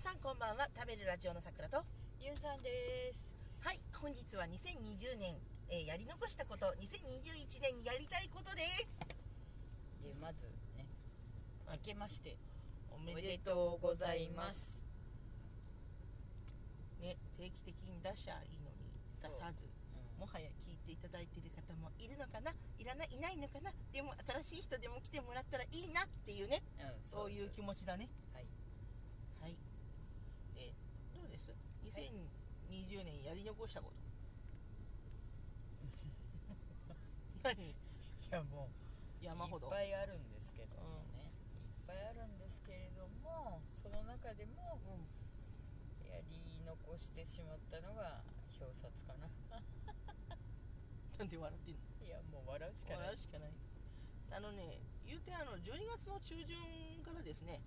さんこんばんは食べるラジオの桜とはゆうさんです。い本日は2020年、えーやり残したこと2021年にやりたいことですでまずね、明けましておおめめででととうございます。うね定期的に出しゃいいのに出さずもはや聞いていただいている方もいるのかないらないいないのかなでも新しい人でも来てもらったらいいなっていうねうん、うんそういう気持ち。持ちだねはい。はいでどうです2020年やり残したこと 何いやも山ほどいっぱいあるんですけどもうね、いっぱいあるんですけれども、その中でもうんやり残してしまったのが表札かな。なんで笑ってんのいやもう笑うしかな笑。いうしかないあのね言うてあの12月の中旬からですね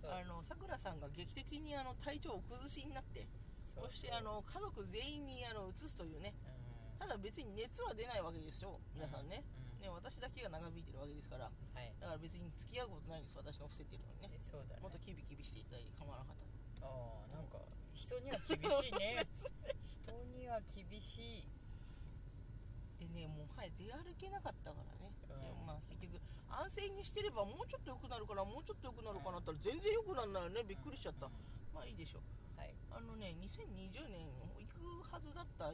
そうあのさくらさんが劇的にあの体調をお崩しになってそそしてあ。の家族全員にあの移すというねうんただ別に熱は出ないわけですよ皆さんね,、うんね私だけが長引いてるわけですからはい。だから別に付き合うことないんです私の伏せてるのにねえそうだねもっ。とキビキビしていただいて構わなかったああなんか人には厳しい ね。人には厳しい。でねもうはい出歩けなかったからね、うんでもまあ結局安静にしてればもうちょっと良くなるからもうちょっと良くなるかなったら全然良くならないよねびっくりしちゃった、うんまあいいでしょうはい。あのね2020年行くはずだった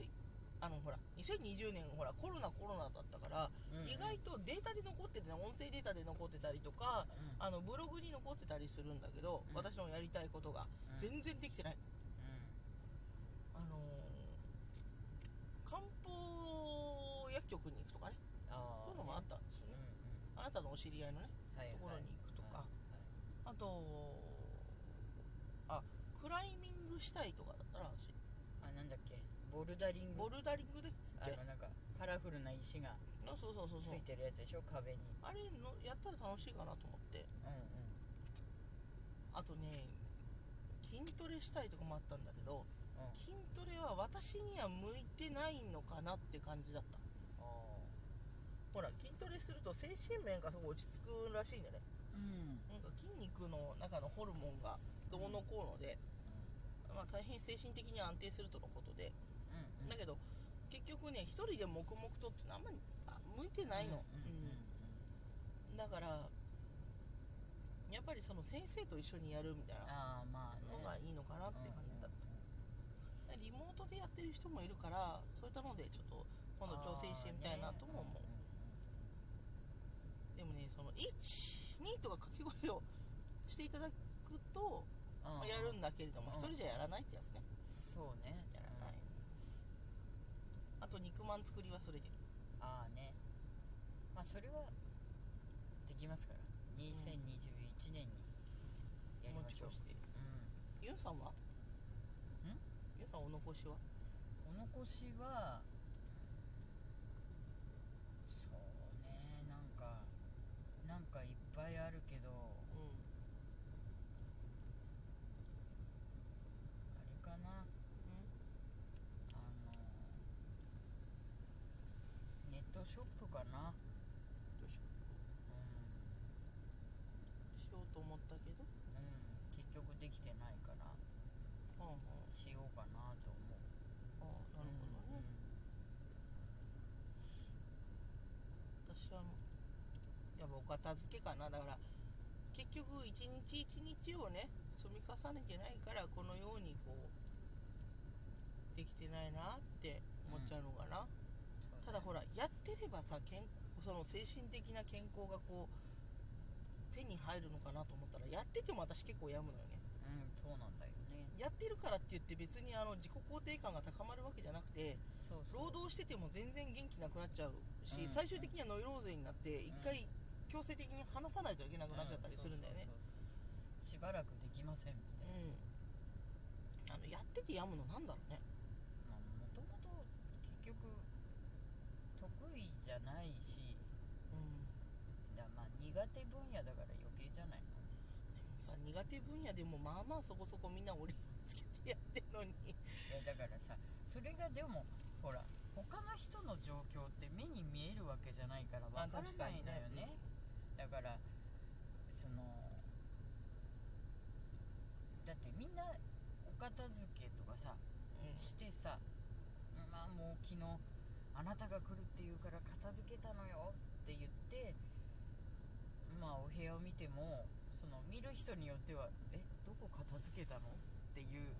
あのほら2020年ほらコロナコロナだったから、うん意外とデータで残ってるね音声データで残ってたりとか、うんあのブログに残ってたりするんだけど、うん私のやりたいことがうん全然できてない、あのー漢方薬局に行くとかねあそあういうのもあったんですようんねうん、あなたのお知り合いのねはいところに行くとかはいあとあクライミングしたいとかだったらしはいあなんだっけボルダリングボルダリングでつってあのなんかカラフルな石があそうそうそうつそういてるやつでしょ壁にあれのやったら楽しいかなと思ってうんうあとね筋トレしたいとかもあったんだけどんうんあ筋トレは私には向いてないのかなって感じだったあほら筋トレすると精神面がすごい落ち着くらしいんだねうんなんか筋肉の中のホルモンがどうのこうので、まあ、大変精神的に安定するとのことでうんだけど結局ね一人で黙々とってのはあんまりあ向いてないの、うんううんうんんだからやっぱりその先生と一緒にやるみたいなああまあねのがいいのかなって感じだった、リモートでやってる人もいるからそういったのでちょっと今度挑戦してみたいなとも思う、でもねその12とか掛け声をしていただくと、まあやるんだだけれどもうん一人じゃやらないってやつねそうねやらないあと肉まん作り忘れてるああねまあそれはできますから2021年にやりましょう持ち越してユンさうんんはユンさんお残しはお残しはそうねなんかなんかいっぱいあるけどあうれかなあのネットショップかな、んどうしよううしようと思ったけどんうん、結局できてないからうんうんしようかなと思うああなるほどね、私はやっぱお片付けかなだから結局一日一日をね積み重ねてないからこのようにこうできてないなって思っちゃうのかな、うんただほらやってればさ健その精神的な健康がこう手に入るのかなと思ったらやってても私結構病むのよねうんそうなんだよねやってるからって言って別にあの自己肯定感が高まるわけじゃなくてそうそう労働してても全然元気なくなっちゃうし、うん最終的にはノイローゼになって一回強制的に話さないといけなくなっちゃったりするんだよねうそうそうそうしばらくできませんみたうんあのいなやってて病むのなんだろうねまあ、もともと結局得意じゃないしうんだまあ苦手分野だから余計じゃないのさ苦手分野でもまあまあそこそこみんな折りつけてやってるのにいやだからさそれがでもほら他の人の状況って目に見えるわけじゃないからまあ分からないのよね,、だからそのだってみんな片付けとかさうんしてさまあもう昨日あなたが来るって言うから片付けたのよって言ってまあお部屋を見てもその見る人によってはえどこ片付けたのっていう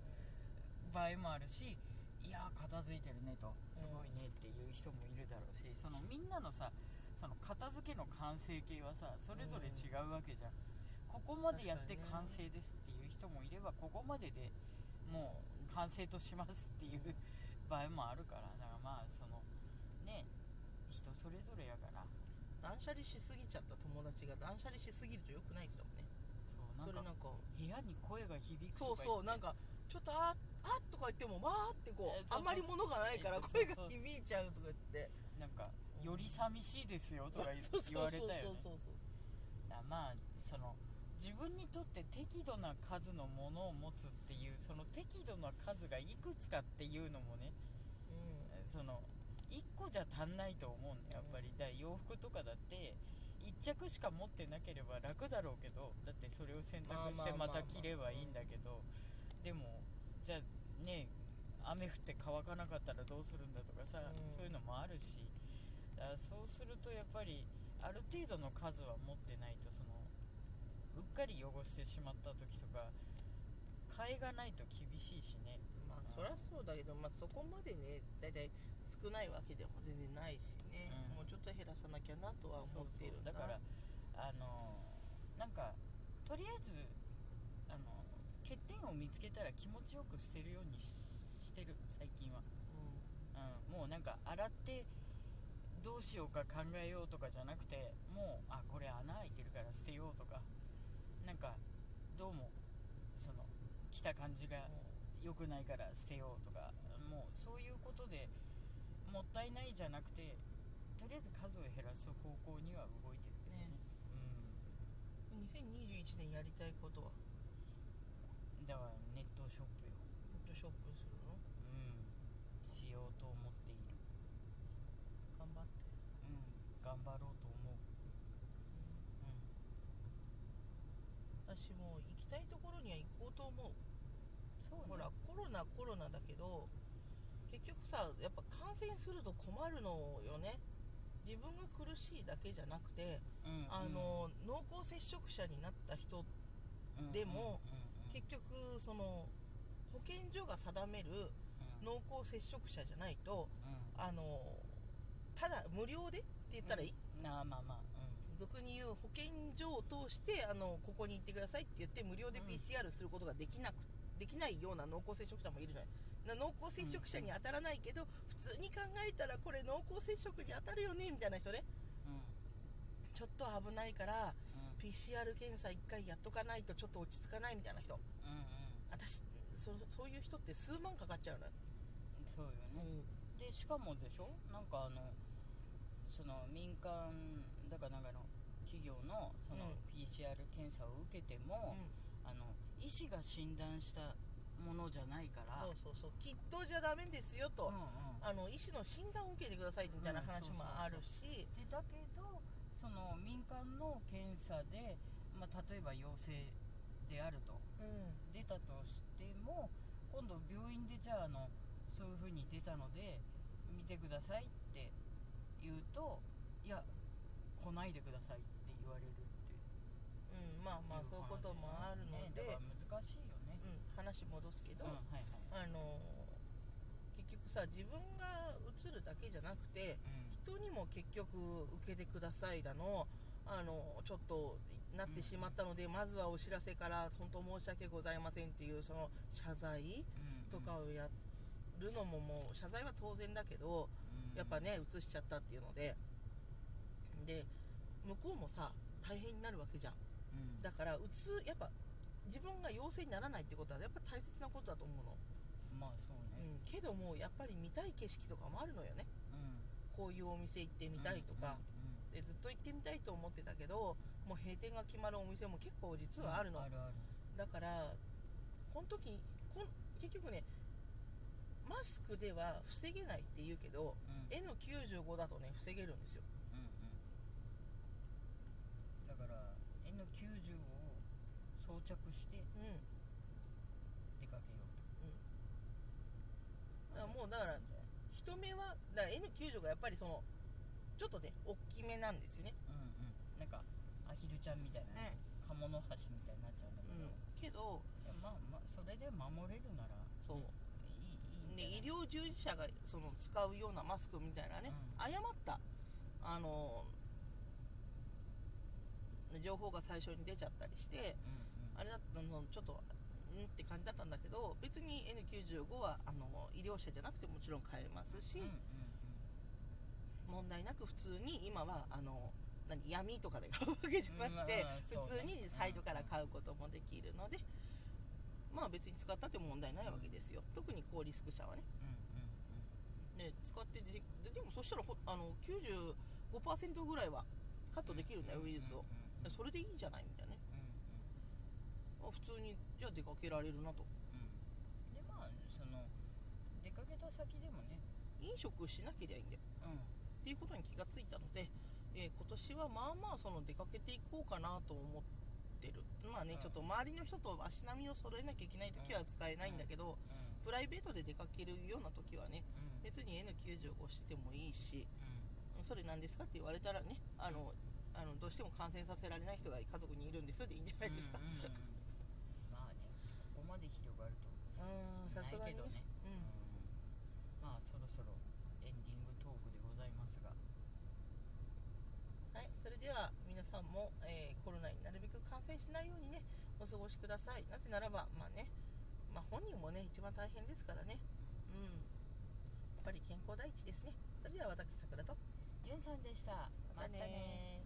場合もあるしいや片付いてるねとすごいねっていう人もいるだろうしそのみんなのさその片付けの完成形はさそれぞれ違うわけじゃん、ここまでやって確か完にね成ですっていう人もいればここまででもう完成としますっていう場合もあるからだからまあそのね人それぞれやから断捨離しすぎちゃった友達が断捨離しすぎると良くない人もねそうなそれんなんかか部屋に声が響くそうそうなんかちょっとああっとか言ってもわーってこえうそうあんまそうそうり物がないからえそ声がうそう響いちゃうとか言ってなんかより寂しいですよとか言言われたよね そうそうそうあまあその自分にとって適度な数のものを持つっていうその適度な数がいくつかっていうのもねうその1個じゃ足んないと思うんだよやっぱりだから洋服とかだって1着しか持ってなければ楽だろうけどだってそれを選択してまあまあまあまあまた着ればいいんだけどでもじゃあね雨降って乾かなかったらどうするんだとかさうんそういうのもあるしだからそうするとやっぱりある程度の数は持ってないとそのうっかり汚してしまった時とか替えがないと厳しいしねんまあそりゃそうだけど、まあ、そこまでね大体少ないわけでも全然ないしね、うんもうちょっと減らさなきゃなとはそ思うっていそうるなだからあのなんかとりあえずあの欠点を見つけたら気持ちよく捨てるようにししてる最近は、ううん、もうなんか洗ってどうしようか考えようとかじゃなくてもうあこれ穴開いてるから捨てようとかなんかどうもその来た感じんが良くないから捨てようとかもうそういうことでもったいないじゃなくてとりあえず数を減らす方向には動いてるけどねね2021年やりたいことはうんだからネットショップよネットショップするのうんしようと思っている頑張って、うん頑張ろうと思ううんうん私もう行きたいところには行こうと思うそうねほらコロナコロナだけど結局さやっぱ感染すると困るのよね自分が苦しいだけじゃなくて、うんあの濃厚接触者になった人、うんでもうんうん結局その保健所が定めるうん濃厚接触者じゃないとうんあのただ無料でって言ったらいい、なあまあまあ俗に言う保健所を通してあのここに行ってくださいって言って無料でうん PCR することができなくできないような濃厚接触者もいるじゃないな濃厚接触者に当たらないけど普通に考えたらこれ濃厚接触に当たるよねみたいな人ねうんうんちょっと危ないからうん PCR 検査1回やっとかないとちょっと落ち着かないみたいな人うん私そそういう人って数万かかっちゃうのよ、うんそうよねでしかもでしょなんかあのその民間だからなんかあの企業のそのうん PCR 検査を受けても、あの医師が診断したものじゃないからそうそうそうきっとじゃダメですよと、うんうんあの医師の診断を受けてくださいみたいな話もあるし、でだけどその民間の検査で、まあ、例えば陽性であるとうん出たとしても今度病院でじゃああのそういうふうに出たので見てくださいって言うといや来ないでくださいって言われるってうん、まあまあそういうこともあるので、ねだから難しいよねうん、話戻すけど、うんはいあはいの結局さ自分が映るだけじゃなくてう人にも結局受けてくださいだのあのちょっとなってしまったので、まずはお知らせから本当申し訳ございませんっていうその謝罪んとかをやるのももう謝罪は当然だけどやっぱね映しちゃったっていうのでで向こうもさ大変になるわけじゃん。うんだからうつやっぱ自分が陽性にならないってことはやっぱ大切なことだと思うの、まあそうねうん、けどもやっぱり見たい景色とかもあるのよねうんこういうお店行ってみたいとか、うんでずっと行ってみたいと思ってたけどもう閉店が決まるお店も結構実はあるの、あるあるだからこの時こん結局ねマスクでは防げないって言うけどうん N95 だとね防げるんですようんうんだから N95 を装着してうん出かけようとうんもだから人目はだから N90 がやっぱりそのちょっとね大きめなんですよねうんうんなんかアヒルちゃんみたいなね、カモノハシみたいになっちゃうんだけうんけど、どいやまあまあそれで守れるならそういいいいんねじゃな医療い従事者がその使うようなマスクみたいなね、うん誤ったあの情報が最初に出ちゃったりしてうあんうんれだったのちょっとうんって感じだったんだけど別に N95 はあの医療者じゃなくてもちろん買えますし、うんうん問題なく普通に今はあの何闇とかで買うわけじゃなくて、うんう普んそう通ねにサイトから買うこともできるので、まあ別に使ったって問題ないわけですよ、特に高リスク者はね。ね、うんうん使ってでででもそしたらほあの95%ぐらいはカットできるんだよ、ウイルスを、うんうそんうんれでいいんじゃないみたいなねうんうあ普ん通にじゃあ出かけられるなとうんでまあその出かけた先でもね飲食しなければいいんだようんっていうことに気がついたので、えー今年はまあまあその出かけていこうかなと思ってるまあね、うんちょっと周りの人と足並みを揃えなきゃいけない時は使えないんだけど、うんプライベートで出かけるような時はねうん別に N95 してもいいし、それなんですかって言われたらねあのあのどうしても感染させられない人が家族にいるんですでいいんじゃないですかうんうんうんまあねここまで広がると うーんさすがにないけどね、うん、うんまあそろそろエンディングトークでございますがはいそれでは皆さんも、えーコロナになるべく感染しないようにねお過ごしくださいなぜならばまあねまあ本人もね一番大変ですからねうんやっぱり健康第一ですねそれでは私さくらとユンさんでしたまたねまたね